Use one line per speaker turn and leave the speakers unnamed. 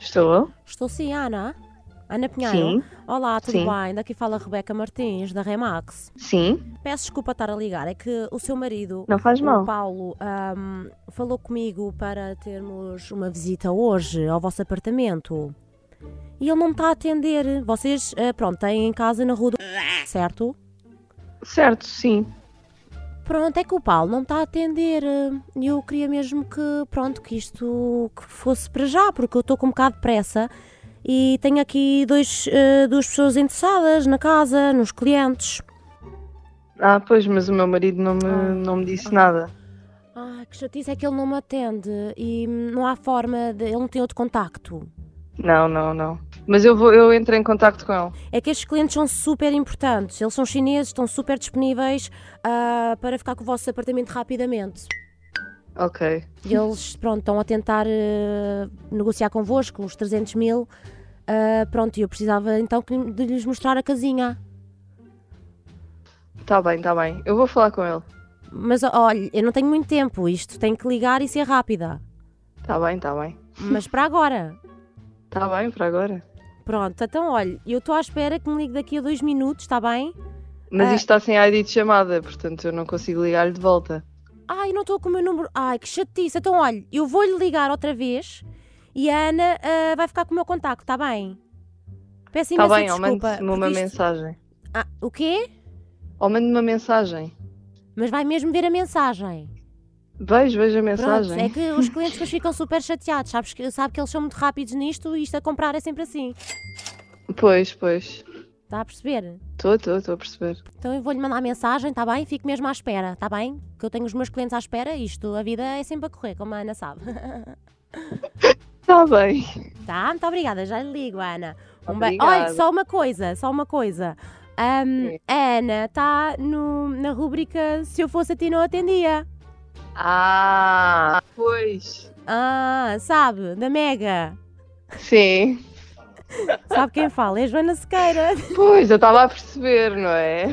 Estou?
Estou sim, Ana. Ana Pinheiro.
Sim,
Olá, tudo
Sim.
bem? Daqui fala a Rebeca Martins, da Remax.
sim,
Peço desculpa estar a ligar, é que o seu marido,
não faz
o
mal.
Paulo, ahm, falou comigo para termos uma visita hoje ao vosso apartamento. E ele não me está a atender. Vocês, ah, pronto, têm em casa na rua do... Certo?
Certo, sim.
Pronto, é que o Paulo não está a atender. E eu queria mesmo que, pronto, que isto que fosse para já, porque eu estou com um bocado de pressa e tenho aqui dois, eh, duas pessoas interessadas na casa, nos clientes.
Ah, pois, mas o meu marido não
Ah.
me, não me disse nada.
Ai, que chatice, é que ele não me atende e hum, não há forma, de, ele não tem outro contacto.
Não, não, não. Mas eu vou, eu entro em contacto com ele.
É que estes clientes são super importantes, eles são chineses, estão super disponíveis ah, para ficar com o vosso apartamento rapidamente.
Ok.
E eles, pronto, estão a tentar eh, negociar convosco os 300 mil. Ah, pronto, e eu precisava então que- de lhes mostrar a casinha.
Tá bem, tá bem. Eu vou falar com ele.
Mas ó- olha, eu não tenho muito tempo, isto tem que ligar e ser rápida.
Tá bem, tá bem.
Mas para agora.
Tá bem para agora.
Pronto, então olha, eu estou à espera que me ligue daqui a dois minutos, está bem?
Mas
Ah.
isto está sem ID de chamada, portanto eu não consigo ligar-lhe de volta.
Ai, não estou com o meu número. Ai, que chatice. Então olha, eu vou-lhe ligar outra vez e a Ana ah, vai ficar com o meu contacto, está bem? Peço
Tá
imensa
bem, ou
é desculpa.
mande-me uma
porque isto-
mensagem.
Ah, o quê?
Ou mande-me uma mensagem.
Mas vai mesmo ver a mensagem.
Vejo, vejo a
Pronto,
mensagem.
é que os clientes depois ficam super chateados, sabes que, sabe que eles são muito rápidos nisto e isto a comprar é sempre assim.
Pois, pois.
Está a perceber?
Estou, estou, estou a perceber.
Então eu vou-lhe mandar mensagem, está bem? Fico mesmo à espera, está bem? Que eu tenho os meus clientes à espera e isto, a vida é sempre a correr, como a Ana sabe.
Tá bem.
Tá? Muito obrigada, já lhe ligo, Ana. Um be-
Obrigada.
Olha, só uma coisa, só uma coisa. Ahm,
Sim.
a Ana está no- na rúbrica Se eu fosse a ti não atendia.
Ah, pois.
Ah, sabe? Da Mega.
Sim.
Sabe quem fala? É a Joana Sequeira.
Pois, eu estava a perceber, não é?